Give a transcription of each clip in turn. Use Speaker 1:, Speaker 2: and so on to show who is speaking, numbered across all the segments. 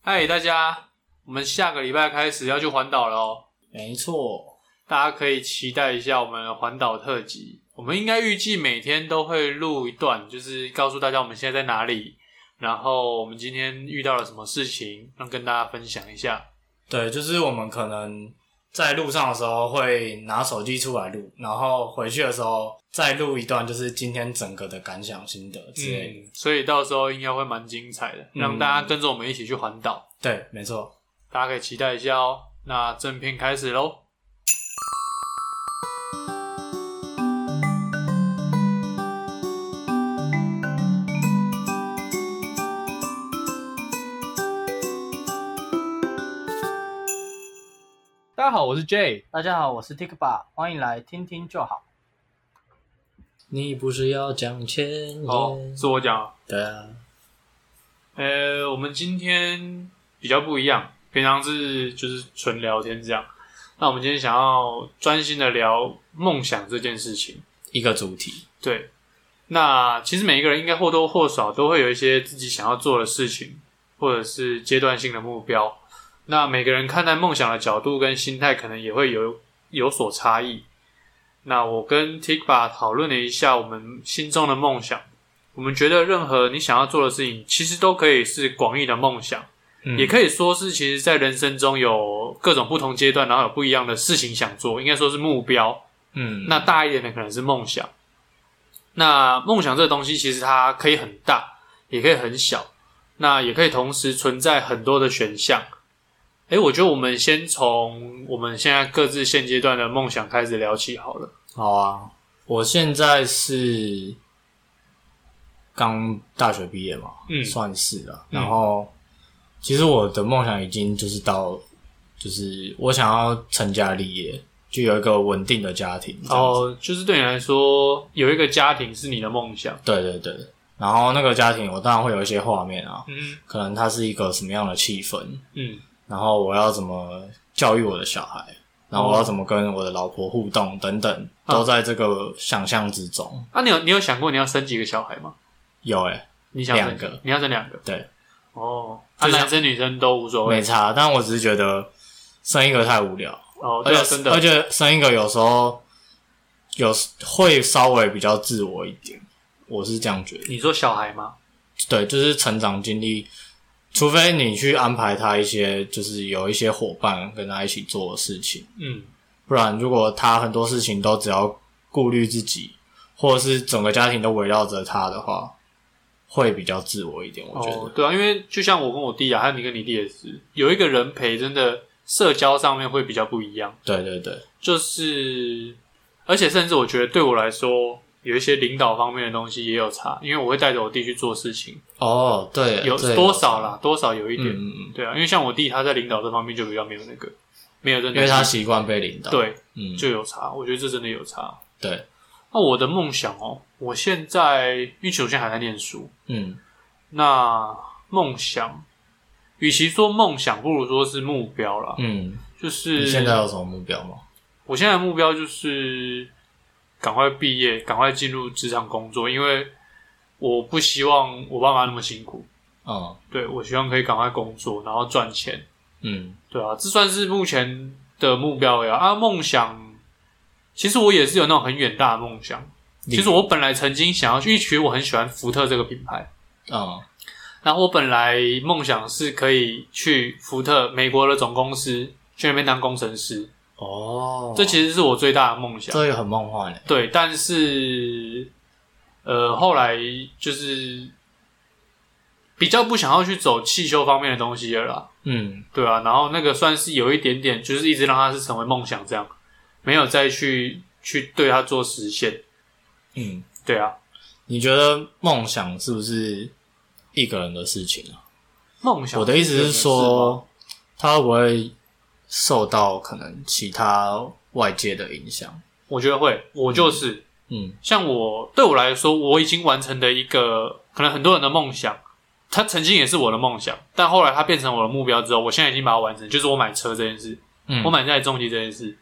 Speaker 1: 嗨，大家，我们下个礼拜开始要去环岛了哦，
Speaker 2: 没错，
Speaker 1: 大家可以期待一下我们的环岛特辑。我们应该预计每天都会录一段，就是告诉大家我们现在在哪里，然后我们今天遇到了什么事情，让跟大家分享一下。
Speaker 2: 对，就是我们可能在路上的时候会拿手机出来录，然后回去的时候再录一段，就是今天整个的感想心得之类的。嗯
Speaker 1: 嗯，所以到时候应该会蛮精彩的，让大家跟着我们一起去环岛，
Speaker 2: 对，没错。
Speaker 1: 大家可以期待一下哦。那正片开始喽。大家好，我是 J。
Speaker 3: 大家好，我是 Tik 爸，欢迎来听听就好。
Speaker 2: 你不是要讲前言？
Speaker 1: 哦，是我讲啊。
Speaker 2: 对啊，
Speaker 1: 呃，我们今天比较不一样，平常是就是纯聊天这样。那我们今天想要专心的聊梦想这件事情。
Speaker 2: 一个主题。
Speaker 1: 对，那其实每一个人应该或多或少都会有一些自己想要做的事情，或者是阶段性的目标。那每个人看待梦想的角度跟心态，可能也会有有所差异。那我跟 Tikba 讨论了一下我们心中的梦想，我们觉得任何你想要做的事情，其实都可以是广义的梦想，
Speaker 2: 嗯
Speaker 1: 也可以说是其实在人生中有各种不同阶段，然后有不一样的事情想做，应该说是目标。
Speaker 2: 嗯，
Speaker 1: 那大一点的可能是梦想。那梦想这个东西，其实它可以很大，也可以很小，那也可以同时存在很多的选项。诶，我觉得我们先从我们现在各自现阶段的梦想开始聊起好了。
Speaker 2: 好啊，我现在是刚大学毕业嘛，
Speaker 1: 嗯
Speaker 2: 算是了。
Speaker 1: 嗯
Speaker 2: 然后，其实我的梦想已经就是到，就是我想要成家立业，就有一个稳定的家庭。
Speaker 1: 然，后就是对你来说，有一个家庭是你的梦想。
Speaker 2: 对对对。然后那个家庭，我当然会有一些画面啊，
Speaker 1: 嗯
Speaker 2: 可能它是一个什么样的气氛，
Speaker 1: 嗯
Speaker 2: 然后我要怎么教育我的小孩，然后我要怎么跟我的老婆互动等等，都在这个想象之中。
Speaker 1: 啊，你有你有想过你要生几个小孩吗？
Speaker 2: 有诶、
Speaker 1: 你想生
Speaker 2: 两个，
Speaker 1: 你要生两个
Speaker 2: 对。
Speaker 1: 哦。啊，
Speaker 2: 就是
Speaker 1: 男生女生都无所
Speaker 2: 没
Speaker 1: 谓
Speaker 2: 差，但我只是觉得生一个太无聊，
Speaker 1: 哦，
Speaker 2: 而
Speaker 1: 对啊，
Speaker 2: 且
Speaker 1: 真的，
Speaker 2: 而且生一个有时候有会稍微比较自我一点，我是这样觉得。
Speaker 1: 你说小孩吗？
Speaker 2: 对，就是成长经历，除非你去安排他一些，就是有一些伙伴跟他一起做的事情，
Speaker 1: 嗯
Speaker 2: 不然如果他很多事情都只要顾虑自己，或者是整个家庭都围绕着他的话，会比较自我一点。我觉得，
Speaker 1: 哦，对啊，因为就像我跟我弟啊，还有你跟你弟也是，有一个人陪，真的社交上面会比较不一样。
Speaker 2: 对对对，
Speaker 1: 就是，而且甚至我觉得对我来说，有一些领导方面的东西也有差，因为我会带着我弟去做事情，
Speaker 2: 哦，对，
Speaker 1: 有
Speaker 2: 对
Speaker 1: 多少？啦，多少有一
Speaker 2: 嗯
Speaker 1: 点。
Speaker 2: 嗯嗯，
Speaker 1: 对啊，因为像我弟他在领导这方面就比较没有那个，没有真的，
Speaker 2: 因为他习惯被领导。
Speaker 1: 对
Speaker 2: 嗯，
Speaker 1: 就有差，我觉得这真的有差。
Speaker 2: 对，
Speaker 1: 那我的梦想哦，我现在因为首先还在念书，
Speaker 2: 嗯
Speaker 1: 那梦想，与其说梦想，不如说是目标啦。
Speaker 2: 嗯，
Speaker 1: 就是
Speaker 2: 你现在有什么目标吗？
Speaker 1: 我现在的目标就是赶快毕业，赶快进入职场工作，因为我不希望我爸妈那么辛苦。
Speaker 2: 嗯
Speaker 1: 对我希望可以赶快工作，然后赚钱。
Speaker 2: 嗯
Speaker 1: 对啊，这算是目前的目标呀。啊，梦想，其实我也是有那种很远大的梦想。
Speaker 2: 你
Speaker 1: 其实我本来曾经想要去，因为其实我很喜欢福特这个品牌。
Speaker 2: 嗯
Speaker 1: 然后我本来梦想是可以去福特美国的总公司去那边当工程师，
Speaker 2: 哦，
Speaker 1: 这其实是我最大的梦想。
Speaker 2: 这也很梦幻欸诶。
Speaker 1: 对，但是呃，后来就是比较不想要去走汽修方面的东西了啦，
Speaker 2: 嗯
Speaker 1: 对啊，然后那个算是有一点点，就是一直让它是成为梦想这样，没有再去去对它做实现，
Speaker 2: 嗯，
Speaker 1: 对啊，
Speaker 2: 你觉得梦想是不是一个人的事情啊？
Speaker 1: 梦想。
Speaker 2: 我的意思是
Speaker 1: 是吗，
Speaker 2: 说，他会不会受到可能其他外界的影响？
Speaker 1: 我觉得会，我就是。
Speaker 2: 嗯
Speaker 1: 像我对我来说，我已经完成的一个可能很多人的梦想，它曾经也是我的梦想，但后来它变成我的目标之后，我现在已经把它完成，就是我买车这件事，
Speaker 2: 嗯，
Speaker 1: 我买这台重机这件事。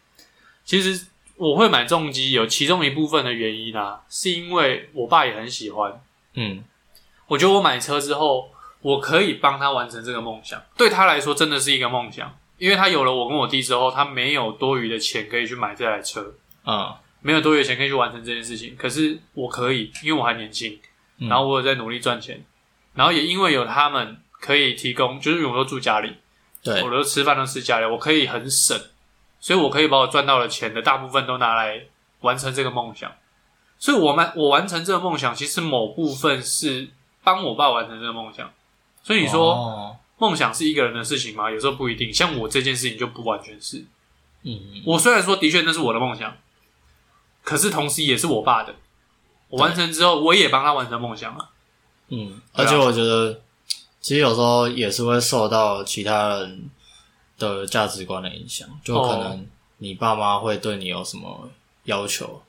Speaker 1: 其实我会买重机，有其中一部分的原因啊，是因为我爸也很喜欢。
Speaker 2: 嗯
Speaker 1: 我觉得我买车之后，我可以帮他完成这个梦想。对他来说，真的是一个梦想，因为他有了我跟我弟之后，他没有多余的钱可以去买这台车，
Speaker 2: 嗯
Speaker 1: 没有多余的钱可以去完成这件事情。可是我可以，因为我还年轻，
Speaker 2: 嗯
Speaker 1: 然后我有在努力赚钱，然后也因为有他们可以提供，就是我都住家里，
Speaker 2: 对
Speaker 1: 我，都吃饭都吃家里，我可以很省，所以我可以把我赚到的钱的大部分都拿来完成这个梦想。所以我们我完成这个梦想，其实某部分是帮我爸完成这个梦想。所以你说、
Speaker 2: 哦
Speaker 1: 梦想是一个人的事情吗？有时候不一定。像我这件事情就不完全是。
Speaker 2: 嗯
Speaker 1: 我虽然说的确那是我的梦想，可是同时也是我爸的。我完成之后，我也帮他完成梦想了。
Speaker 2: 嗯，
Speaker 1: 对啊
Speaker 2: 而且我觉得其实有时候也是会受到其他人的价值观的影响，就可能你爸妈会对你有什么要求。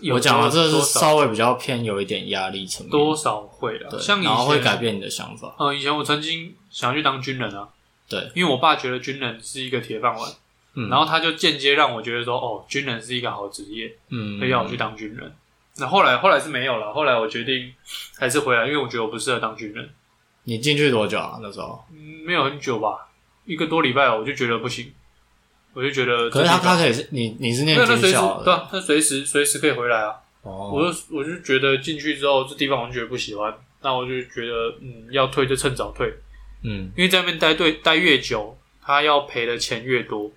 Speaker 1: 有
Speaker 2: 我讲的这
Speaker 1: 多
Speaker 2: 是
Speaker 1: 少
Speaker 2: 稍微比较偏有一点压力层面，
Speaker 1: 多少会了，
Speaker 2: 对，
Speaker 1: 像以
Speaker 2: 然后会
Speaker 1: 前
Speaker 2: 改变你的想法。
Speaker 1: 呃，以前我曾经想要去当军人啊，
Speaker 2: 对，
Speaker 1: 因为我爸觉得军人是一个铁饭碗，
Speaker 2: 嗯，
Speaker 1: 然后他就间接让我觉得说，哦，军人是一个好职业，
Speaker 2: 嗯，
Speaker 1: 所以要啊我去当军人。那后来后来是没有了，后来我决定还是回来，因为我觉得我不适合当军人，
Speaker 2: 你进去多久啊？那时候？
Speaker 1: 嗯没有很久吧，一个多礼拜，我就觉得不行，我就觉得这
Speaker 2: 可是他
Speaker 1: 地方
Speaker 2: 他可以是你你是
Speaker 1: 没
Speaker 2: 念
Speaker 1: 有，他随
Speaker 2: 军
Speaker 1: 时
Speaker 2: 校
Speaker 1: 对
Speaker 2: 的，
Speaker 1: 啊，他随时随时可以回来啊。
Speaker 2: 哦，
Speaker 1: 我就我就觉得进去之后，这地方我就觉得不喜欢，那我就觉得嗯，要退就趁早退。
Speaker 2: 嗯
Speaker 1: 因为在那边待对待越久，他要赔的钱越多，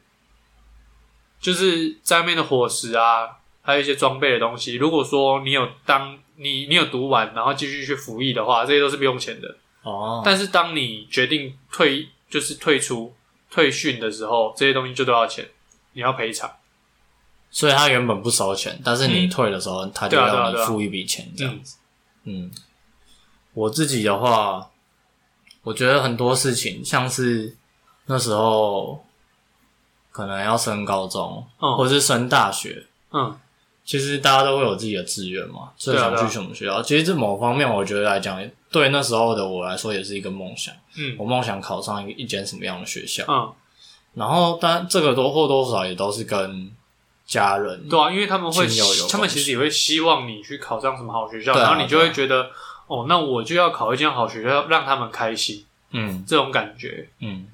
Speaker 1: 就是在那边的伙食啊，还有一些装备的东西。如果说你有当你你有读完，然后继续去服役的话，这些都是不用钱的。
Speaker 2: 哦，
Speaker 1: 但是当你决定退，就是退出退训的时候，这些东西就都要钱，你要赔偿。
Speaker 2: 所以他原本不收钱，但是你
Speaker 1: 嗯
Speaker 2: 退的时候，他就
Speaker 1: 对啊对啊
Speaker 2: 要你
Speaker 1: 对啊
Speaker 2: 付一笔钱这样
Speaker 1: 嗯
Speaker 2: 子。嗯，我自己的话，我觉得很多事情，像是那时候可能要升高中，
Speaker 1: 嗯
Speaker 2: 或者是升大学，
Speaker 1: 嗯
Speaker 2: 其实大家都会有自己的志愿嘛，最
Speaker 1: 对啊
Speaker 2: 想去什么学校。其实这某方面，我觉得来讲，对那时候的我来说，也是一个梦想。
Speaker 1: 嗯
Speaker 2: 我梦想考上一一间什么样的学校，
Speaker 1: 嗯，
Speaker 2: 然后当然这个多或多少也都是跟家人
Speaker 1: 对啊，因为他们会
Speaker 2: 亲友有，
Speaker 1: 他们其实也会希望你去考上什么好学校，
Speaker 2: 对啊
Speaker 1: 然后你就
Speaker 2: 对
Speaker 1: 会
Speaker 2: 啊
Speaker 1: 觉得，哦，那我就要考一间好学校，让他们开心，
Speaker 2: 嗯
Speaker 1: 这种感觉。
Speaker 2: 嗯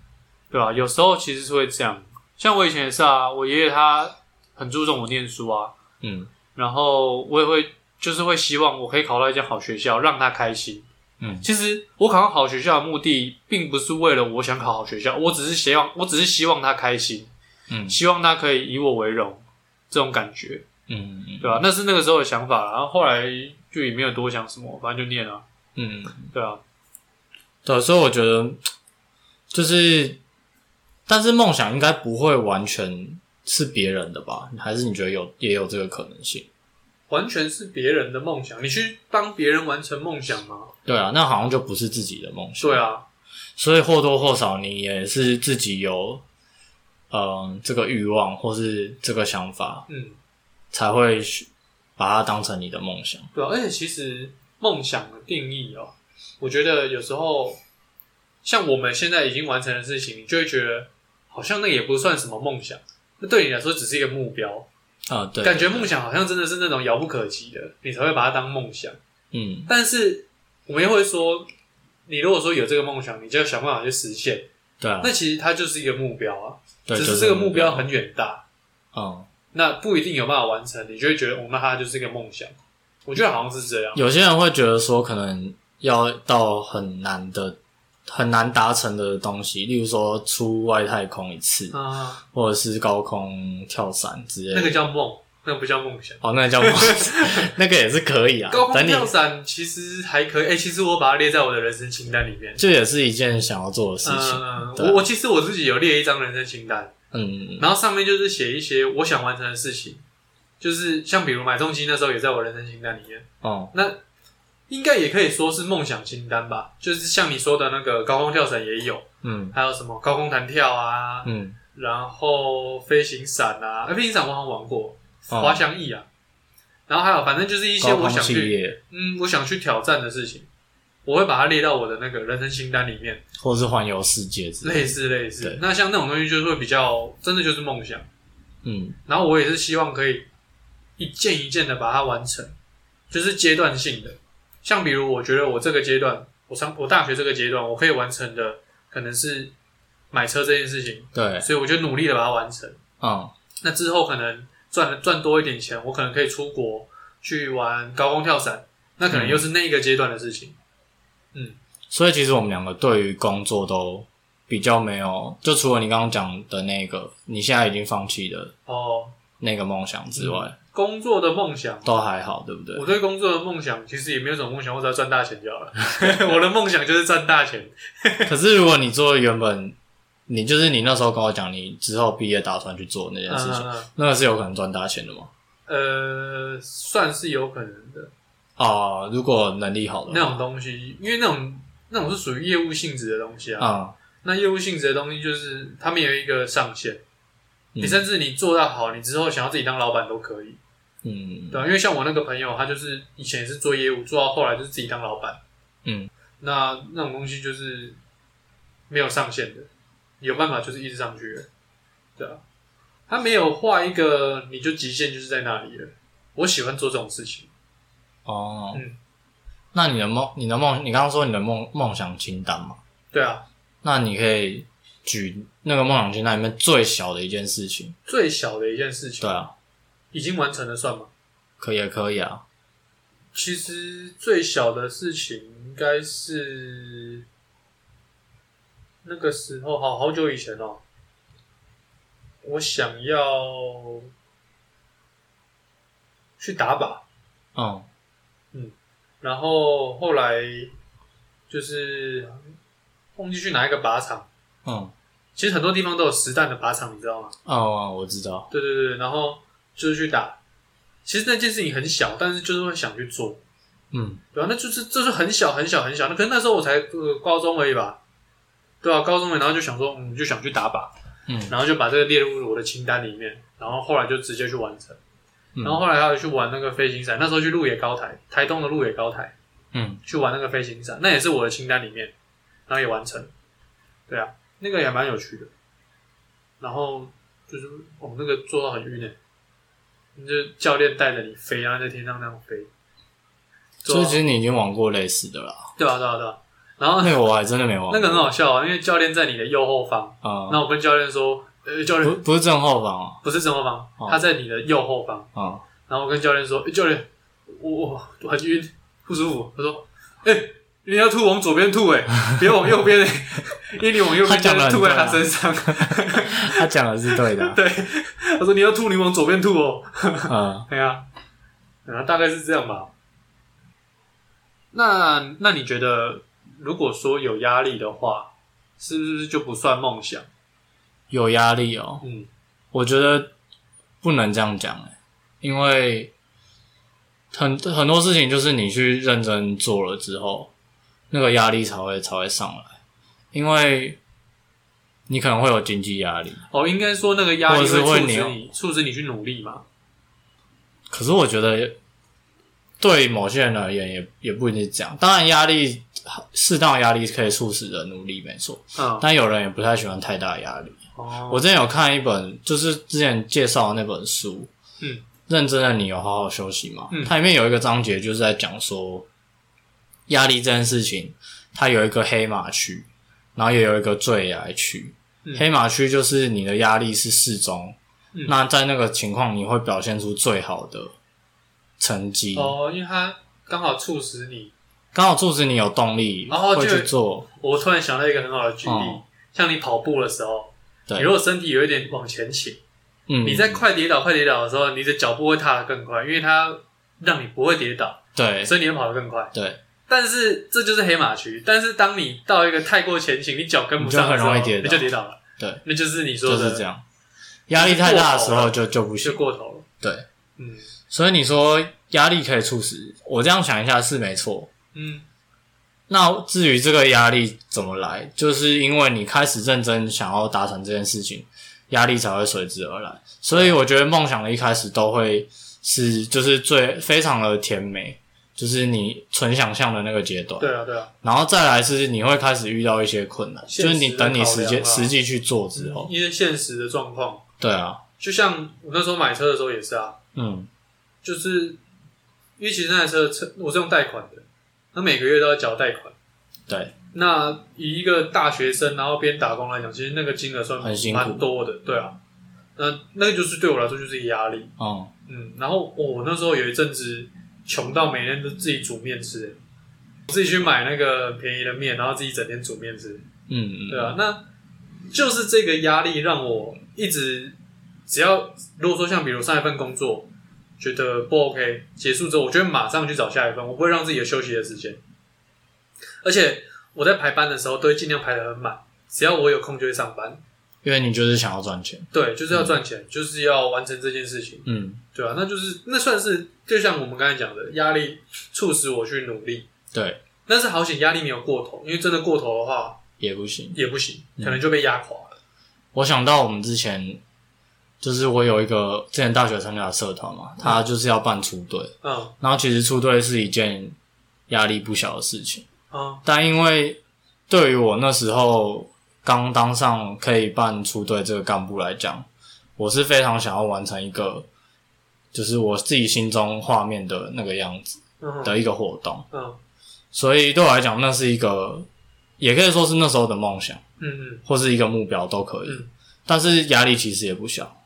Speaker 1: 对吧、有时候其实是会这样，像我以前也是啊，我爷爷他很注重我念书啊，
Speaker 2: 嗯
Speaker 1: 然后我也会就是会希望我可以考到一间好学校，让他开心。
Speaker 2: 嗯
Speaker 1: 其实我考上好学校的目的，并不是为了我想考好学校，我只是希望，我只是希望他开心，
Speaker 2: 嗯
Speaker 1: 希望他可以以我为荣，这种感觉，
Speaker 2: 嗯嗯
Speaker 1: 对啊吧、那是那个时候的想法啦，然后后来就也没有多想什么，反正就念啊，
Speaker 2: 嗯，
Speaker 1: 对啊，
Speaker 2: 对，啊所以我觉得就是，但是梦想应该不会完全是别人的吧？还是你觉得有也有这个可能性？
Speaker 1: 完全是别人的梦想，你去帮别人完成梦想吗？
Speaker 2: 对啊，那好像就不是自己的梦想。
Speaker 1: 对，啊，
Speaker 2: 所以或多或少你也是自己有，嗯、这个欲望或是这个想法，
Speaker 1: 嗯。
Speaker 2: 才会去把它当成你的梦想。
Speaker 1: 对啊、而且其实梦想的定义哦，我觉得有时候像我们现在已经完成的事情，你就会觉得好像那也不算什么梦想，那对你来说只是一个目标。
Speaker 2: 啊、对，
Speaker 1: 感觉
Speaker 2: 对
Speaker 1: 梦，想好像真的是那种遥不可及的，你才会把它当梦想。
Speaker 2: 嗯
Speaker 1: 但是我们又会说，你如果说有这个梦想，你就要想办法去实现。
Speaker 2: 对啊
Speaker 1: 那，其实它就是一个目标啊，
Speaker 2: 对，
Speaker 1: 只
Speaker 2: 就是
Speaker 1: 这个目
Speaker 2: 目
Speaker 1: 标很远大。
Speaker 2: 嗯。
Speaker 1: 那不一定有办法完成，你就会觉得，哦，那它就是一个梦想。我觉得好像是这样。
Speaker 2: 有些人会觉得说，可能要到很难的、很难达成的东西，例如说出外太空一次，
Speaker 1: 啊，
Speaker 2: 或者是高空跳伞之类的。
Speaker 1: 那个叫梦，那个不叫梦想。
Speaker 2: 哦，那个叫 梦想， 那个也是可以啊。
Speaker 1: 高空
Speaker 2: 但你
Speaker 1: 跳伞其实还可以，哎、其实我把它列在我的人生清单里面。
Speaker 2: 这也是一件想要做的事情。
Speaker 1: 嗯，
Speaker 2: 对啊
Speaker 1: 我我其实我自己有列一张人生清单，
Speaker 2: 嗯
Speaker 1: 然后上面就是写一些我想完成的事情，就是像比如买重机那时候也在我人生清单里面，
Speaker 2: 哦
Speaker 1: 应该也可以说是梦想清单吧。就是像你说的那个高空跳伞也有，
Speaker 2: 嗯
Speaker 1: 还有什么高空弹跳啊，
Speaker 2: 嗯
Speaker 1: 然后飞行伞啊，呃飞行伞我好像玩过，
Speaker 2: 哦
Speaker 1: 滑翔翼啊，然后还有反正就是一些
Speaker 2: 高
Speaker 1: 我
Speaker 2: 空
Speaker 1: 想
Speaker 2: 系
Speaker 1: 去
Speaker 2: 列，
Speaker 1: 嗯，我想去挑战的事情，我会把它列到我的那个人生清单里面，
Speaker 2: 或者是环游世界之类
Speaker 1: 类
Speaker 2: 的。
Speaker 1: 似类似
Speaker 2: 对。
Speaker 1: 那像那种东西就是会比较，真的就是梦想。
Speaker 2: 嗯
Speaker 1: 然后我也是希望可以一件一件的把它完成，就是阶段性的。像比如，我觉得我这个阶段，我我上我大学这个阶段，我可以完成的可能是买车这件事情，
Speaker 2: 对，
Speaker 1: 所以我就努力的把它完成。
Speaker 2: 嗯，
Speaker 1: 那之后可能赚了赚多一点钱，我可能可以出国去玩高空跳伞，那可能又是那一个阶段的事情。
Speaker 2: 所以其实我们两个对于工作都比较没有，就除了你刚刚讲的那个，你现在已经放弃的
Speaker 1: 哦，
Speaker 2: 那个梦想之外，
Speaker 1: 工作的梦想，
Speaker 2: 都还好，对不对
Speaker 1: 我？对工作的梦想其实也没有什么梦想，我只要赚大钱就好了。 我的梦想就是赚大 钱。
Speaker 2: 可是如果你做原本，你就是你那时候跟我讲，你之后毕业打算去做那件
Speaker 1: 嗯
Speaker 2: 事情，
Speaker 1: 嗯嗯
Speaker 2: 那个是有可能赚大钱的吗？
Speaker 1: 呃，算是有可能的
Speaker 2: 哦、如果能力好的
Speaker 1: 那
Speaker 2: 话，
Speaker 1: 种东西，因为那种那种是属于业务性质的东西啊。
Speaker 2: 啊、
Speaker 1: 那业务性质的东西就是他们有一个上限，
Speaker 2: 嗯
Speaker 1: 你甚至你做到好，你之后想要自己当老板都可以，
Speaker 2: 嗯
Speaker 1: 对啊、因为像我那个朋友，他就是以前也是做业务，做到后来就是自己当老板。
Speaker 2: 嗯，
Speaker 1: 那那种东西就是没有上限的，有办法就是一直上去的，对啊。他没有画一个，你就极限就是在那里了。我喜欢做这种事情。
Speaker 2: 哦，
Speaker 1: 嗯
Speaker 2: 那你的梦，你的梦，你刚刚说你的梦梦想清单嘛？
Speaker 1: 对啊，
Speaker 2: 那你可以举那个梦想清单里面最小的一件事情，
Speaker 1: 最小的一件事情，
Speaker 2: 对啊，
Speaker 1: 已经完成了算吗？
Speaker 2: 可以也可以啊，
Speaker 1: 其实最小的事情应该是那个时候，好好久以前哦。我想要去打靶，
Speaker 2: 嗯
Speaker 1: 然后后来就是忘记去哪一个靶场，
Speaker 2: 嗯
Speaker 1: 其实很多地方都有实弹的靶场，你知道吗？
Speaker 2: 哦，我知道，
Speaker 1: 对对对，然后就是去打。其实那件事情很小，但是就是会想去做，
Speaker 2: 嗯
Speaker 1: 对啊，那就是就是很小很小很小，那可是那时候我才呃高中而已吧，对啊，高中而已，然后就想说，嗯，就想去打靶，
Speaker 2: 嗯
Speaker 1: 然后就把这个列入我的清单里面，然后后来就直接去完成，
Speaker 2: 嗯
Speaker 1: 然后后来还有去玩那个飞行伞，那时候去鹿野高台，台东的鹿野高台，
Speaker 2: 嗯
Speaker 1: 去玩那个飞行伞，那也是我的清单里面，然后也完成。对啊，那个也蛮有趣的。然后就是我们、哦、那个做到很晕诶，就是教练带着你飞，然后在天上那样飞。
Speaker 2: 所
Speaker 1: 做
Speaker 2: 以
Speaker 1: 到
Speaker 2: 其实你已经玩过类似的啦，
Speaker 1: 对啊，对啊，对啊。然后
Speaker 2: 那个我还真的没玩过，
Speaker 1: 那个很好笑啊，因为教练在你的右后方。
Speaker 2: 啊、
Speaker 1: 那我跟教练说，呃，教
Speaker 2: 不
Speaker 1: 练
Speaker 2: 不是正后方啊，
Speaker 1: 不是正后方
Speaker 2: 哦，
Speaker 1: 他在你的右后方。
Speaker 2: 啊、
Speaker 1: 然后我跟教练说，欸、教练，我我我很晕，不舒服。他说，哎、你要吐往左边吐、欸，哎，别往右边、欸，因为你往右边
Speaker 2: 他讲得
Speaker 1: 就吐
Speaker 2: 很对
Speaker 1: 在
Speaker 2: 啊
Speaker 1: 他身上。
Speaker 2: 他讲的是对的啊，
Speaker 1: 对，他说你要吐，你往左边吐哦。
Speaker 2: 嗯，
Speaker 1: 对啊，然后大概是这样吧。那那你觉得，如果说有压力的话，是不是就不算梦想？
Speaker 2: 有压力哦，
Speaker 1: 嗯
Speaker 2: 我觉得不能这样讲、欸，因为很很多事情就是你去认真做了之后，那个压力才会才会上来，因为你可能会有经济压力。
Speaker 1: 哦，应该说那个压力
Speaker 2: 或者是
Speaker 1: 促
Speaker 2: 会
Speaker 1: 使
Speaker 2: 扭
Speaker 1: 你促使你去努力嘛。
Speaker 2: 可是我觉得对某些人而言也也不一定是这样。当然，压力适当的压力可以促使人努力，没错。
Speaker 1: 嗯，
Speaker 2: 但有人也不太喜欢太大的压力。
Speaker 1: 哦，
Speaker 2: 我之前有看一本，就是之前介绍的那本书，
Speaker 1: 嗯，
Speaker 2: 认真的你有好好休息吗？
Speaker 1: 嗯
Speaker 2: 它里面有一个章节就是在讲说，压力这件事情，它有一个黑马区，然后也有一个最矮区。
Speaker 1: 嗯
Speaker 2: 黑马区就是你的压力是适中，
Speaker 1: 嗯
Speaker 2: 那在那个情况你会表现出最好的成绩，
Speaker 1: 哦，因为它刚好促使你
Speaker 2: 刚好促使你有动力
Speaker 1: 哦
Speaker 2: 会
Speaker 1: 就
Speaker 2: 去做。
Speaker 1: 我突然想到一个很好的举例，
Speaker 2: 哦
Speaker 1: 像你跑步的时候，
Speaker 2: 对
Speaker 1: 你如果身体有一点往前倾，
Speaker 2: 嗯，
Speaker 1: 你在快跌倒、快跌倒的时候，你的脚步会踏得更快，因为它让你不会跌倒，
Speaker 2: 对
Speaker 1: 所以你会跑得更快。
Speaker 2: 对，
Speaker 1: 但是这就是黑马区。但是当你到一个太过前倾，你脚跟不上的时候，
Speaker 2: 你就很容易跌倒
Speaker 1: 你就跌倒了。
Speaker 2: 对，
Speaker 1: 那就是你说
Speaker 2: 就
Speaker 1: 的，
Speaker 2: 是这，样。压力太大的时候就就不
Speaker 1: 就
Speaker 2: 行，
Speaker 1: 过头了。
Speaker 2: 对。
Speaker 1: 嗯
Speaker 2: 所以你说压力可以促使我这样想一下是没错。
Speaker 1: 嗯
Speaker 2: 那至于这个压力怎么来，就是因为你开始认真想要达成这件事情，压力才会随之而来。所以我觉得梦想的一开始都会是就是最非常的甜美，就是你纯想象的那个阶段。
Speaker 1: 对啊对啊，
Speaker 2: 然后再来是你会开始遇到一些困难，
Speaker 1: 现实
Speaker 2: 就是
Speaker 1: 的
Speaker 2: 你等你时
Speaker 1: 考量
Speaker 2: 间
Speaker 1: 啊
Speaker 2: 实际去做之后，
Speaker 1: 因为现实的状况，
Speaker 2: 对啊，
Speaker 1: 就像我那时候买车的时候也是啊，
Speaker 2: 嗯
Speaker 1: 就是因为其实那台车车我是用贷款的，那每个月都要缴贷款。
Speaker 2: 对，
Speaker 1: 那以一个大学生，然后边打工来讲，其实那个金额算
Speaker 2: 很辛苦
Speaker 1: 蛮多的，对啊。那那个就是对我来说就是一个压力，
Speaker 2: 嗯，
Speaker 1: 嗯。然后我、那时候有一阵子穷到每天都自己煮面吃，自己去买那个便宜的面，然后自己整天煮面吃，
Speaker 2: 嗯
Speaker 1: 对啊。那就是这个压力让我一直只要如果说像比如上一份工作觉得不 OK，结束之后，我就会马上去找下一份，我不会让自己有休息的时间。而且我在排班的时候都会尽量排的很满，只要我有空就会上班。
Speaker 2: 因为你就是想要赚钱，
Speaker 1: 对，就是要赚钱，就是要完成这件事情，
Speaker 2: 嗯，
Speaker 1: 对啊，那就是那算是就像我们刚才讲的，压力促使我去努力，
Speaker 2: 对，
Speaker 1: 但是好险压力没有过头，因为真的过头的话
Speaker 2: 也不行。
Speaker 1: 也不行，
Speaker 2: 嗯
Speaker 1: 可能就被压垮了。
Speaker 2: 我想到我们之前，就是我有一个之前大学参加的社团嘛，他就是要办出队，
Speaker 1: 嗯
Speaker 2: 然后其实出队是一件压力不小的事情，
Speaker 1: 嗯
Speaker 2: 但因为对于我那时候刚当上可以办出队这个干部来讲，我是非常想要完成一个，就是我自己心中画面的那个样子
Speaker 1: 嗯
Speaker 2: 的一个活动，
Speaker 1: 嗯
Speaker 2: 所以对我来讲，那是一个，也可以说是那时候的梦想。
Speaker 1: 嗯
Speaker 2: 或是一个目标都可以，
Speaker 1: 嗯
Speaker 2: 但是压力其实也不小，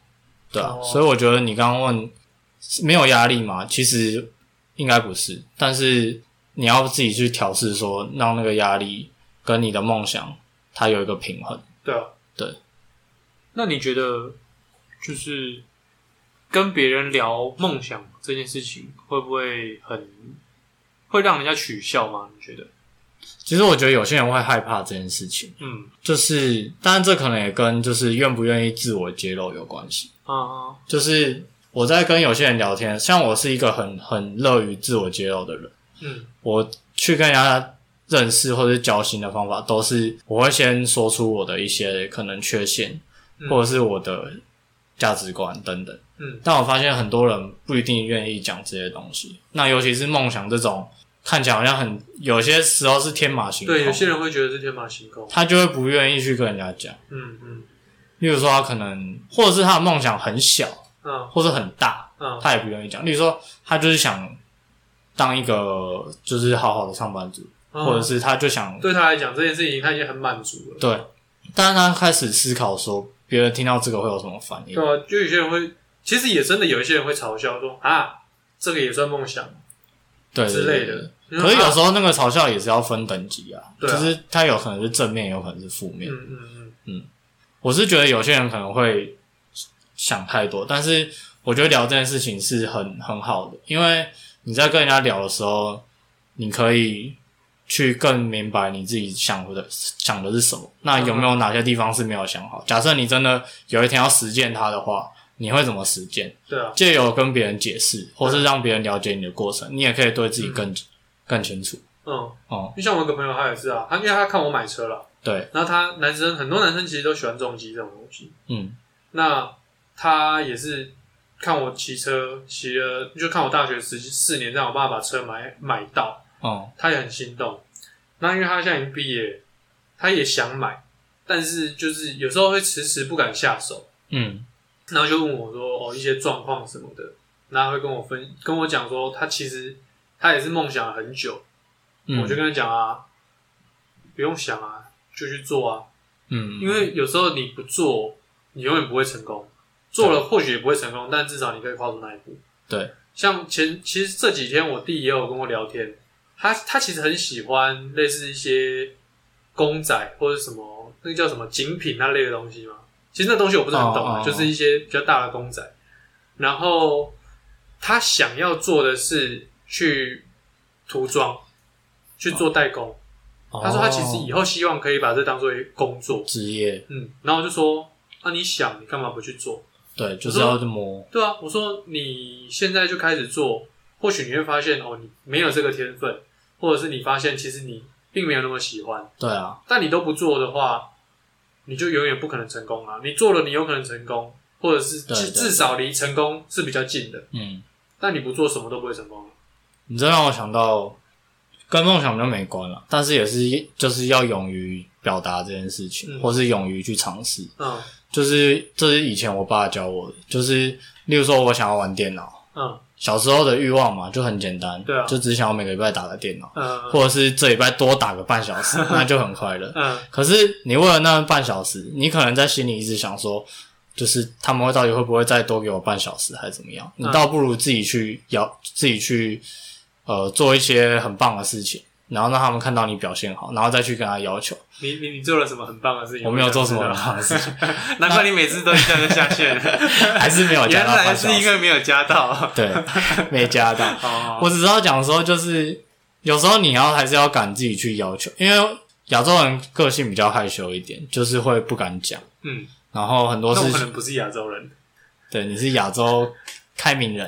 Speaker 2: 对啊，
Speaker 1: 哦
Speaker 2: 所以我觉得你刚刚问没有压力吗？其实应该不是，但是你要自己去调试，说让那个压力跟你的梦想它有一个平衡。
Speaker 1: 嗯，对啊，
Speaker 2: 对。
Speaker 1: 那你觉得就是跟别人聊梦想这件事情，会不会很会让人家取笑吗？你觉得？
Speaker 2: 其实我觉得有些人会害怕这件事情，
Speaker 1: 嗯
Speaker 2: 就是，当然这可能也跟就是愿不愿意自我揭露有关系。
Speaker 1: 啊啊
Speaker 2: 就是我在跟有些人聊天，像我是一个很很乐于自我揭露的人。
Speaker 1: 嗯
Speaker 2: 我去跟人家认识或者交心的方法，都是我会先说出我的一些可能缺陷，
Speaker 1: 嗯
Speaker 2: 或者是我的价值观等等。
Speaker 1: 嗯
Speaker 2: 但我发现很多人不一定愿意讲这些东西。那尤其是梦想这种看起来好像很有些时候是天马行空，
Speaker 1: 对，有些人会觉得是天马行空。
Speaker 2: 他就会不愿意去跟人家讲。
Speaker 1: 嗯嗯
Speaker 2: 例如说，他可能或者是他的梦想很小，
Speaker 1: 嗯
Speaker 2: 或者很大，
Speaker 1: 嗯
Speaker 2: 他也不愿意讲。例如说，他就是想当一个就是好好的上班族，
Speaker 1: 嗯，
Speaker 2: 或者是他就想
Speaker 1: 对他来讲这件事情，他已经很满足了。
Speaker 2: 对，但是他开始思考说，别人听到这个会有什么反应
Speaker 1: 对？啊，就有些人会，其实也真的有一些人会嘲笑说啊，这个也算梦想
Speaker 2: 对
Speaker 1: 之类。
Speaker 2: 对对
Speaker 1: 的。
Speaker 2: 可是有
Speaker 1: 啊
Speaker 2: 时候那个嘲笑也是要分等级啊，
Speaker 1: 对啊
Speaker 2: 就是他有可能是正面，有可能是负面。
Speaker 1: 嗯嗯嗯，
Speaker 2: 我是觉得有些人可能会想太多，但是我觉得聊这件事情是很很好的，因为你在跟人家聊的时候，你可以去更明白你自己想的想的是什么。
Speaker 1: 嗯
Speaker 2: 那有没有哪些地方是没有想好？假设你真的有一天要实践它的话，你会怎么实践？
Speaker 1: 对啊，
Speaker 2: 借由跟别人解
Speaker 1: 嗯
Speaker 2: 释，或是让别人了解你的过程，你也可以对自己更、更清楚。
Speaker 1: 嗯，
Speaker 2: 哦、
Speaker 1: 就像我有个朋友，他也是啊，他因为他看我买车了，
Speaker 2: 对，
Speaker 1: 然后他男生很多男生其实都喜欢重机这种东西，
Speaker 2: 嗯
Speaker 1: 那他也是看我骑车骑了，就看我大学十四年，让我爸把车买买到，
Speaker 2: 哦、
Speaker 1: 他也很心动。那因为他现在已经毕业，他也想买，但是就是有时候会迟迟不敢下手，
Speaker 2: 嗯
Speaker 1: 然后就问我说：“哦，一些状况什么的。”然后会跟我分跟我讲说，他其实他也是梦想了很久。
Speaker 2: 嗯，
Speaker 1: 我就跟他讲啊，不用想啊，就去做啊，
Speaker 2: 嗯，
Speaker 1: 因为有时候你不做，你永远不会成功。做了或许也不会成功，但至少你可以跨出那一步。
Speaker 2: 对，
Speaker 1: 像前其实这几天我弟也有跟我聊天，他他其实很喜欢类似一些公仔或者什么那个叫什么精品那类的东西嘛。其实那东西我不是很懂啊，
Speaker 2: 哦哦哦
Speaker 1: 就是一些比较大的公仔。然后他想要做的是去涂装，去做代工。他说他其实
Speaker 2: 哦
Speaker 1: 以后希望可以把这当做一个工作。
Speaker 2: 职业
Speaker 1: 嗯，然后我就说，那、你想，你干嘛不去做？
Speaker 2: 对，就是要摸，
Speaker 1: 对啊，我说你现在就开始做，或许你会发现哦，你没有这个天分，或者是你发现其实你并没有那么喜欢，
Speaker 2: 对啊，
Speaker 1: 但你都不做的话，你就永远不可能成功啊。你做了，你有可能成功，或者是
Speaker 2: 对
Speaker 1: 至
Speaker 2: 对
Speaker 1: 至少离成功是比较近的，
Speaker 2: 嗯，
Speaker 1: 但你不做什么都不会成功啊。
Speaker 2: 你这让我想到跟梦想就没关了，但是也是就是要勇于表达这件事情，
Speaker 1: 嗯
Speaker 2: 或是勇于去尝试。
Speaker 1: 嗯
Speaker 2: 就是这是以前我爸教我的，就是例如说我想要玩电脑，
Speaker 1: 嗯
Speaker 2: 小时候的欲望嘛，就很简单，
Speaker 1: 对啊
Speaker 2: 就只想要每个礼拜打个电脑，
Speaker 1: 嗯
Speaker 2: 或者是这礼拜多打个半小 时，那就很快乐。
Speaker 1: 嗯
Speaker 2: 可是你为了那半小时，你可能在心里一直想说，就是他们会到底会不会再多给我半小时，还是怎么样？你
Speaker 1: 嗯
Speaker 2: 倒不如自己去要自己去呃做一些很棒的事情，然后让他们看到你表现好，然后再去跟他 要求。
Speaker 1: 你你你做了什么很棒的事情？
Speaker 2: 我没有做什么
Speaker 1: 我
Speaker 2: 很
Speaker 1: 想
Speaker 2: 棒的事情，
Speaker 1: 知 道，难怪你每次都一下就下线。
Speaker 2: 还是没有加
Speaker 1: 原
Speaker 2: 到
Speaker 1: 来
Speaker 2: 半小
Speaker 1: 是因
Speaker 2: 时。
Speaker 1: 为没有加到。
Speaker 2: 对，没加到。
Speaker 1: 哦，
Speaker 2: 我只知道讲说，就是有时候你要还是要敢自己去要求，因为亚洲人个性比较害羞一点，就是会不敢讲，
Speaker 1: 嗯，
Speaker 2: 然后很多
Speaker 1: 那
Speaker 2: 事
Speaker 1: 我可
Speaker 2: 情。
Speaker 1: 能不是亚洲人。
Speaker 2: 对，你是亚洲开明人，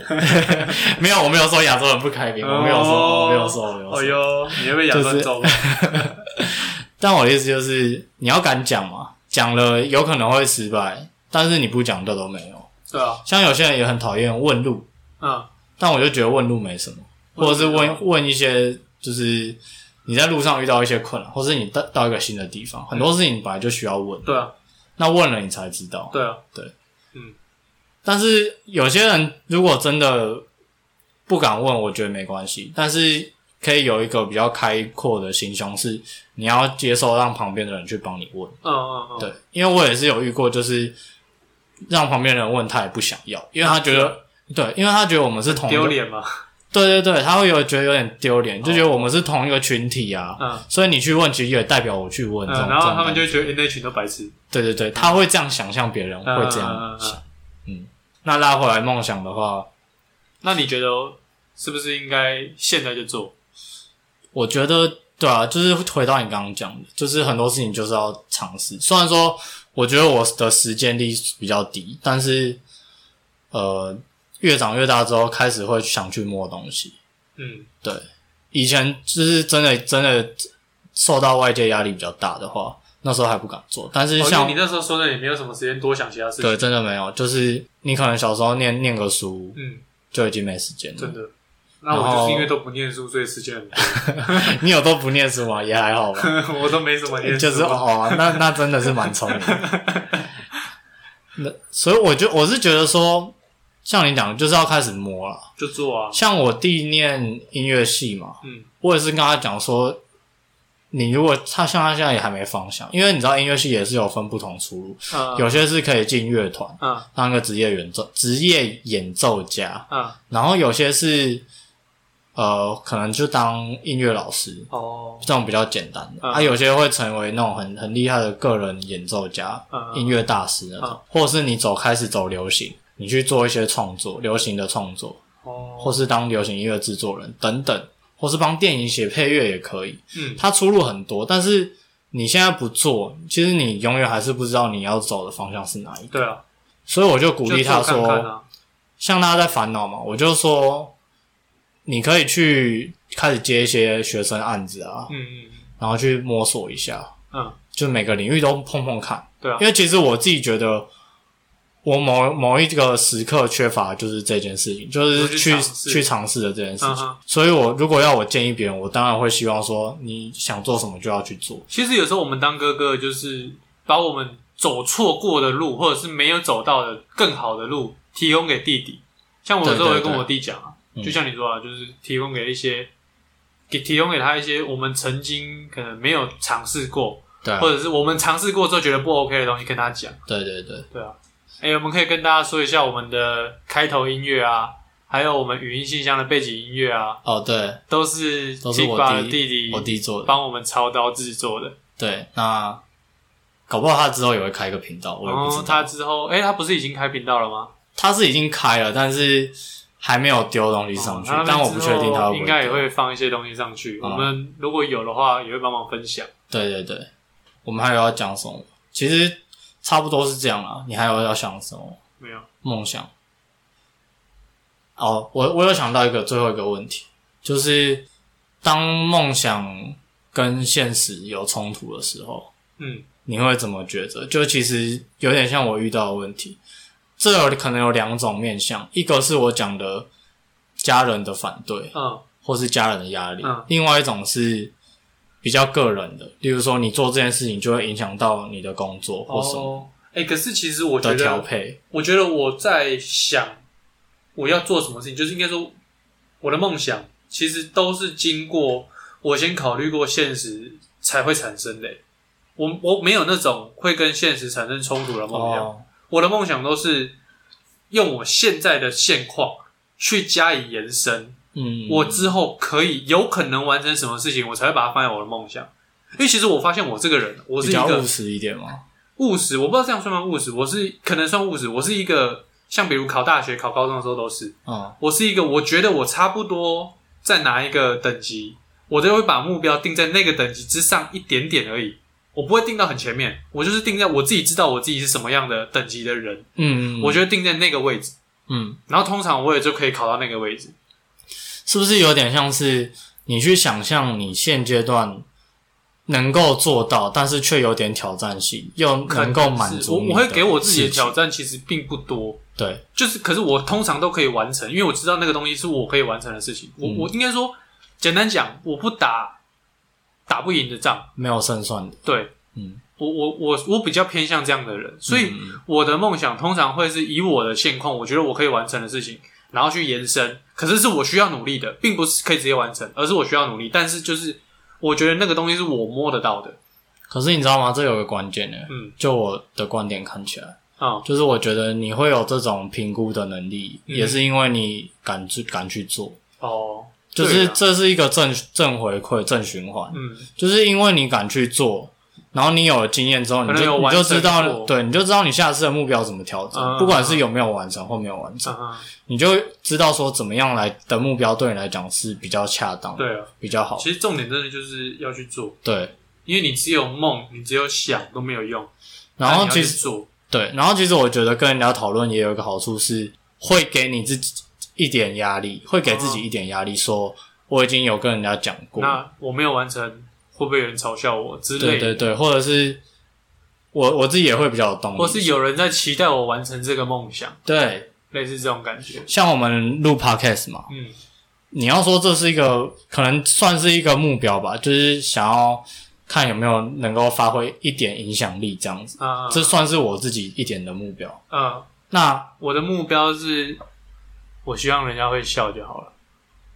Speaker 2: 没有，我没有说亚洲人不开明，我没有说，
Speaker 1: 哦
Speaker 2: 我没有说，我没有
Speaker 1: 哦
Speaker 2: 说。
Speaker 1: 哟，你会被亚洲人揍吗？
Speaker 2: 但我的意思就是，你要敢讲嘛，讲了有可能会失败，但是你不讲就都没有。
Speaker 1: 对啊，
Speaker 2: 像有些人也很讨厌问路，
Speaker 1: 嗯
Speaker 2: 但我就觉得问路没什么，或者是问问一些，就是你在路上遇到一些困难，或是你到到一个新的地方，很多事情你本来就需要问，，
Speaker 1: 对啊，
Speaker 2: 那问了你才知道。
Speaker 1: 对啊，
Speaker 2: 但是有些人如果真的不敢问，我觉得没关系，但是可以有一个比较开阔的心胸，是你要接受让旁边的人去帮你问。
Speaker 1: 嗯嗯嗯，
Speaker 2: 对，因为我也是有遇过，就是让旁边的人问，他也不想要，因为他觉得。对，因为他觉得我们是同
Speaker 1: 哦
Speaker 2: 一
Speaker 1: 丢
Speaker 2: 个
Speaker 1: 脸嘛。
Speaker 2: 对对对，他会有觉得有点丢脸，就觉得我们是同一个群体啊，
Speaker 1: 嗯
Speaker 2: 所以你去问，其实也代表我去问这种。
Speaker 1: 嗯，然后他们
Speaker 2: 这种感觉
Speaker 1: 就觉得诶那群都白痴。
Speaker 2: 对对对，他会这样想象别人
Speaker 1: 嗯
Speaker 2: 会这样想。嗯，那拉回来梦想的话，
Speaker 1: 那你觉得是不是应该现在就做？
Speaker 2: 我觉得对啊，就是回到你刚刚讲的，就是很多事情就是要尝试。虽然说我觉得我的时间力比较低，但是呃，越长越大之后，开始会想去摸东西。
Speaker 1: 嗯
Speaker 2: 对，以前就是真的真的受到外界压力比较大的话，那时候还不敢做。但是
Speaker 1: 哦
Speaker 2: 像、
Speaker 1: 因为你那时候说的，也没有什么时间多想其他事情。
Speaker 2: 对，真的没有，就是你可能小时候念念个书
Speaker 1: 嗯，
Speaker 2: 就已经没时间
Speaker 1: 真
Speaker 2: 了。
Speaker 1: 的。那我就是因为都不念书，所以时间很
Speaker 2: 你有都不念书吗？也还好吧，
Speaker 1: 多， 我都没什么念书。
Speaker 2: 就是哦，那那真的是蛮聪明的。 那所以我就我是觉得说，像你讲，就是要开始摸了。
Speaker 1: 就做啊，
Speaker 2: 像我弟念音乐系嘛，
Speaker 1: 嗯，
Speaker 2: 我也是跟他讲说，你如果他像他现在也还没方向，因为你知道音乐系也是有分不同出路，
Speaker 1: 嗯
Speaker 2: 有些是可以进乐团
Speaker 1: 嗯
Speaker 2: 当个职业演奏职业演奏家，
Speaker 1: 嗯
Speaker 2: 然后有些是呃可能就当音乐老师
Speaker 1: 哦
Speaker 2: 这种比较简单的，
Speaker 1: 嗯
Speaker 2: 啊有些会成为那种很很厉害的个人演奏家、
Speaker 1: 嗯
Speaker 2: 音乐大师那种，或者是你走开始走流行，你去做一些创作，流行的创作，或
Speaker 1: 哦，
Speaker 2: 是当流行音乐制作人等等，或是帮电影写配乐也可以。
Speaker 1: 嗯
Speaker 2: 它出路很多，但是你现在不做，其实你永远还是不知道你要走的方向是哪一个。
Speaker 1: 对啊，
Speaker 2: 所以我就鼓
Speaker 1: 就
Speaker 2: 励他
Speaker 1: 做
Speaker 2: 说，
Speaker 1: 看看啊，
Speaker 2: 像大家在烦恼嘛，我就说你可以去开始接一些学生案子啊，
Speaker 1: 嗯嗯
Speaker 2: 然后去摸索一下，
Speaker 1: 嗯，
Speaker 2: 就每个领域都碰碰看。
Speaker 1: 对啊
Speaker 2: 因为其实我自己觉得。我某某一个时刻缺乏就是这件事情，就
Speaker 1: 就是去
Speaker 2: 去
Speaker 1: 尝试
Speaker 2: 去尝试的这件事情。
Speaker 1: 嗯哼。
Speaker 2: 所以我如果要我建议别人，我当然会希望说你想做什么就要去做。
Speaker 1: 其实有时候我们当哥哥，就是把我们走错过的路，或者是没有走到的更好的路，提供给弟弟。像我有时候
Speaker 2: 对对
Speaker 1: 会跟我弟讲啊，
Speaker 2: 嗯
Speaker 1: 就像你说啊，就是提供给一些，给提供给他一些我们曾经可能没有尝试过，
Speaker 2: 对
Speaker 1: 或者是我们尝试过之后觉得不 OK 的东西，跟他讲。
Speaker 2: 对对对，
Speaker 1: 对啊，哎、我们可以跟大家说一下我们的开头音乐啊，还有我们语音信箱的背景音乐啊，
Speaker 2: 哦对，
Speaker 1: 都是
Speaker 2: 都是我
Speaker 1: Kickbar 的
Speaker 2: 弟
Speaker 1: 弟弟
Speaker 2: 我弟做的。
Speaker 1: 帮我们操刀制作的。
Speaker 2: 对，那搞不好他之后也会开一个频道，我
Speaker 1: 然
Speaker 2: 也
Speaker 1: 后
Speaker 2: 不知道。
Speaker 1: 哦他之后，哎、他不是已经开频道了吗？
Speaker 2: 他是已经开了，但是还没有丢东西上去，
Speaker 1: 哦那
Speaker 2: 但我不确定
Speaker 1: 之
Speaker 2: 他会不
Speaker 1: 后
Speaker 2: 会
Speaker 1: 应该也
Speaker 2: 丢。
Speaker 1: 会放一些东西上去。
Speaker 2: 嗯
Speaker 1: 我们如果有的话，也会帮忙分享。
Speaker 2: 对对对，我们还有要讲什么？其实差不多是这样啦。你还有要想什么
Speaker 1: 没有，
Speaker 2: 梦想？哦，我我有想到一个最后一个问题，就是当梦想跟现实有冲突的时候，
Speaker 1: 嗯
Speaker 2: 你会怎么抉择？就其实有点像我遇到的问题，这有可能有两种面向，一个是我讲的家人的反对
Speaker 1: 嗯
Speaker 2: 或是家人的压力，
Speaker 1: 嗯
Speaker 2: 另外一种是比较个人的，例如说你做这件事情就会影响到你的工作或什么
Speaker 1: 哦哦，哎、可是其实我觉
Speaker 2: 的调
Speaker 1: 得，
Speaker 2: 配，
Speaker 1: 我觉得我在想我要做什么事情，就是应该说我的梦想，其实都是经过我先考虑过现实才会产生的欸、我我没有那种会跟现实产生冲突的梦想，
Speaker 2: 哦，
Speaker 1: 我的梦想都是用我现在的现况去加以延伸，
Speaker 2: 嗯，
Speaker 1: 我之后可以有可能完成什么事情，我才会把它放在我的梦想。因为其实我发现我这个人，我是
Speaker 2: 比
Speaker 1: 一
Speaker 2: 较
Speaker 1: 个
Speaker 2: 务实一点嘛，
Speaker 1: 务实，我不知道这样算不算务实，我是可能算务实，我是一个像比如考大学、考高中的时候都是，
Speaker 2: 嗯
Speaker 1: 我是一个我觉得我差不多在哪一个等级，我就会把目标定在那个等级之上一点点而已，我不会定到很前面，我就是定在我自己知道我自己是什么样的等级的人，
Speaker 2: 嗯，
Speaker 1: 我
Speaker 2: 得
Speaker 1: 就会定在那个位置，
Speaker 2: 嗯，
Speaker 1: 然后通常我也就可以考到那个位置。
Speaker 2: 是不是有点像是你去想象你现阶段能够做到，但是却有点挑战性，又能够满足
Speaker 1: 我
Speaker 2: 你
Speaker 1: 我会给我自己的
Speaker 2: 事情
Speaker 1: 挑战其实并不多，
Speaker 2: 对，
Speaker 1: 就是，可是我通常都可以完成，因为我知道那个东西是我可以完成的事情。我、
Speaker 2: 嗯
Speaker 1: 我应该说，简单讲，我不打打不赢的仗。
Speaker 2: 没有胜算的，
Speaker 1: 对
Speaker 2: 嗯，
Speaker 1: 我，我我我比较偏向这样的人，所以
Speaker 2: 嗯
Speaker 1: 我的梦想通常会是以我的现况，我觉得我可以完成的事情，然后去延伸。可是是我需要努力的，并不是可以直接完成，而是我需要努力。但是就是我觉得那个东西是我摸得到的。
Speaker 2: 可是你知道吗？这有个关键呢，
Speaker 1: 嗯
Speaker 2: 就我的观点看起来，
Speaker 1: 啊、
Speaker 2: 就是我觉得你会有这种评估的能力，
Speaker 1: 嗯
Speaker 2: 也是因为你敢去敢去做，
Speaker 1: 哦，
Speaker 2: 就是
Speaker 1: 对啊
Speaker 2: 这是一个正正回馈、正循环，
Speaker 1: 嗯
Speaker 2: 就是因为你敢去做，然后你有了经验之后，
Speaker 1: 可
Speaker 2: 你
Speaker 1: 能有
Speaker 2: 就你
Speaker 1: 完
Speaker 2: 就
Speaker 1: 成
Speaker 2: 知道，
Speaker 1: 过
Speaker 2: 对，你就知道你下次的目标怎么调整，
Speaker 1: 嗯
Speaker 2: 不管是有没有完成或没有完成，
Speaker 1: 嗯嗯，
Speaker 2: 你就知道说怎么样来的目标对你来讲是比较恰当，，
Speaker 1: 对啊。
Speaker 2: 比较好，
Speaker 1: 其实重点真的就是要去做。
Speaker 2: 对。
Speaker 1: 因为你只有梦，你只有想都没有用。
Speaker 2: 然
Speaker 1: 那
Speaker 2: 后
Speaker 1: 你要
Speaker 2: 其
Speaker 1: 去
Speaker 2: 实
Speaker 1: 做，
Speaker 2: 对，然后其实我觉得跟人家讨论也有一个好处是，会给你自己一点压力，会给自己一点压力说，我已经有跟人家讲过，
Speaker 1: 那我没有完成，会不会有人嘲笑我之类
Speaker 2: 对
Speaker 1: 的？
Speaker 2: 对对，或者是我我自己也会比较有动力，
Speaker 1: 或是有人在期待我完成这个梦想，
Speaker 2: 对，
Speaker 1: 类似这种感觉。
Speaker 2: 像我们录 podcast 嘛，
Speaker 1: 嗯
Speaker 2: 你要说这是一个可能算是一个目标吧，就是想要看有没有能够发挥一点影响力这样子，
Speaker 1: 啊，
Speaker 2: 这算是我自己一点的目标。
Speaker 1: 呃，
Speaker 2: 那
Speaker 1: 我的目标是，我希望人家会笑就好了，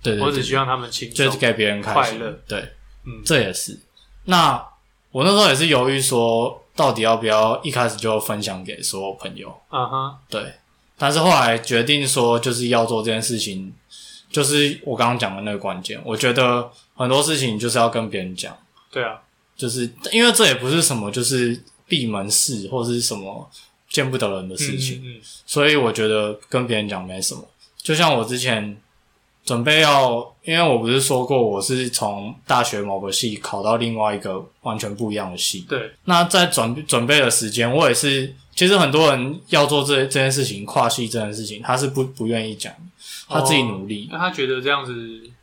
Speaker 2: 对对对
Speaker 1: 我只希望他们轻松
Speaker 2: 就是。给别人开心
Speaker 1: 快乐，
Speaker 2: 对，
Speaker 1: 嗯
Speaker 2: 这也是。那我那时候也是犹豫说，到底要不要一开始就分享给所有朋友？
Speaker 1: 啊哈，
Speaker 2: 对，但是后来决定说，就是要做这件事情，就是我刚刚讲的那个关键。我觉得很多事情就是要跟别人讲，
Speaker 1: 对啊，
Speaker 2: 就是因为这也不是什么就是闭门事或是什么见不得人的事情，
Speaker 1: 嗯嗯嗯
Speaker 2: 所以我觉得跟别人讲没什么。就像我之前准备要，因为我不是说过我是从大学某个系考到另外一个完全不一样的系。
Speaker 1: 对，
Speaker 2: 那在准准备的时间，我也是，其实很多人要做这这件事情，跨系这件事情，他是不不愿意讲，他自己努力，
Speaker 1: 那他觉得这样子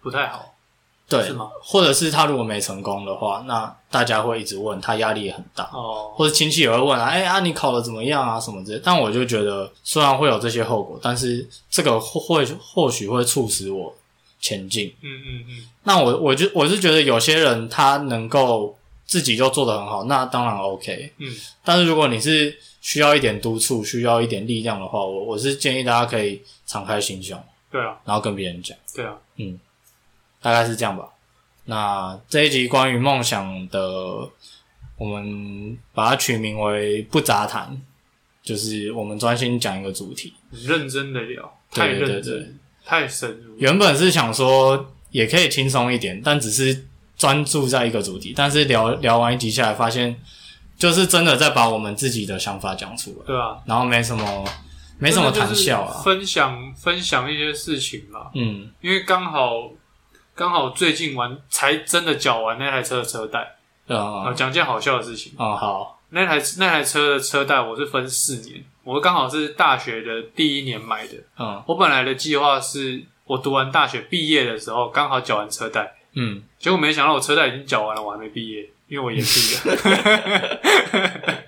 Speaker 1: 不太好。
Speaker 2: 对
Speaker 1: 哦是吗，
Speaker 2: 或者是他如果没成功的话，那大家会一直问他，压力也很大。
Speaker 1: 哦，
Speaker 2: 或者亲戚也会问啊，哎、啊，你考的怎么样啊，什么之类。但我就觉得，虽然会有这些后果，但是这个或会或许会促使我前进。
Speaker 1: 嗯嗯嗯，
Speaker 2: 那我我就我是觉得有些人他能够自己就做得很好，那当然 OK。
Speaker 1: 嗯，
Speaker 2: 但是如果你是需要一点督促，需要一点力量的话，我我是建议大家可以敞开心胸，
Speaker 1: 对啊，
Speaker 2: 然后跟别人讲，
Speaker 1: 对啊，
Speaker 2: 大概是这样吧。那这一集关于梦想的我们把它取名为“不杂谈”，就是我们专心讲一个主题。
Speaker 1: 很认真的聊，太
Speaker 2: 对对对
Speaker 1: 认
Speaker 2: 对
Speaker 1: 真，太深入。
Speaker 2: 原本是想说也可以轻松一点，但只是专注在一个主题。但是聊聊完一集下来，发现就是真的在把我们自己的想法讲出来，
Speaker 1: 对啊，
Speaker 2: 然后没什么没什么谈笑啊。
Speaker 1: 分享分享一些事情啦，
Speaker 2: 嗯，
Speaker 1: 因为刚好刚好最近玩才真的缴完那台车的车贷啊，
Speaker 2: 呃，
Speaker 1: 讲件好笑的事情，
Speaker 2: 嗯，好，
Speaker 1: 那台那台车的车贷我是分四年，我刚好是大学的第一年买的，
Speaker 2: 嗯
Speaker 1: 我本来的计划是我读完大学毕业的时候刚好缴完车贷，
Speaker 2: 嗯，
Speaker 1: 结果没想到我车贷已经缴完了，我还没毕业，因为我延毕了，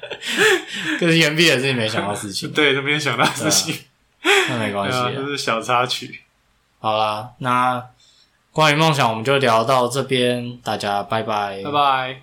Speaker 2: 可是岩壁也是你没想到的事 情，
Speaker 1: 对，都没有想到的事情，
Speaker 2: 那没关
Speaker 1: 对
Speaker 2: 系、
Speaker 1: 啊，
Speaker 2: 啊。
Speaker 1: 这是小插曲，
Speaker 2: 好啦，那关于梦想我们就聊到这边，大家拜拜，
Speaker 1: 拜拜。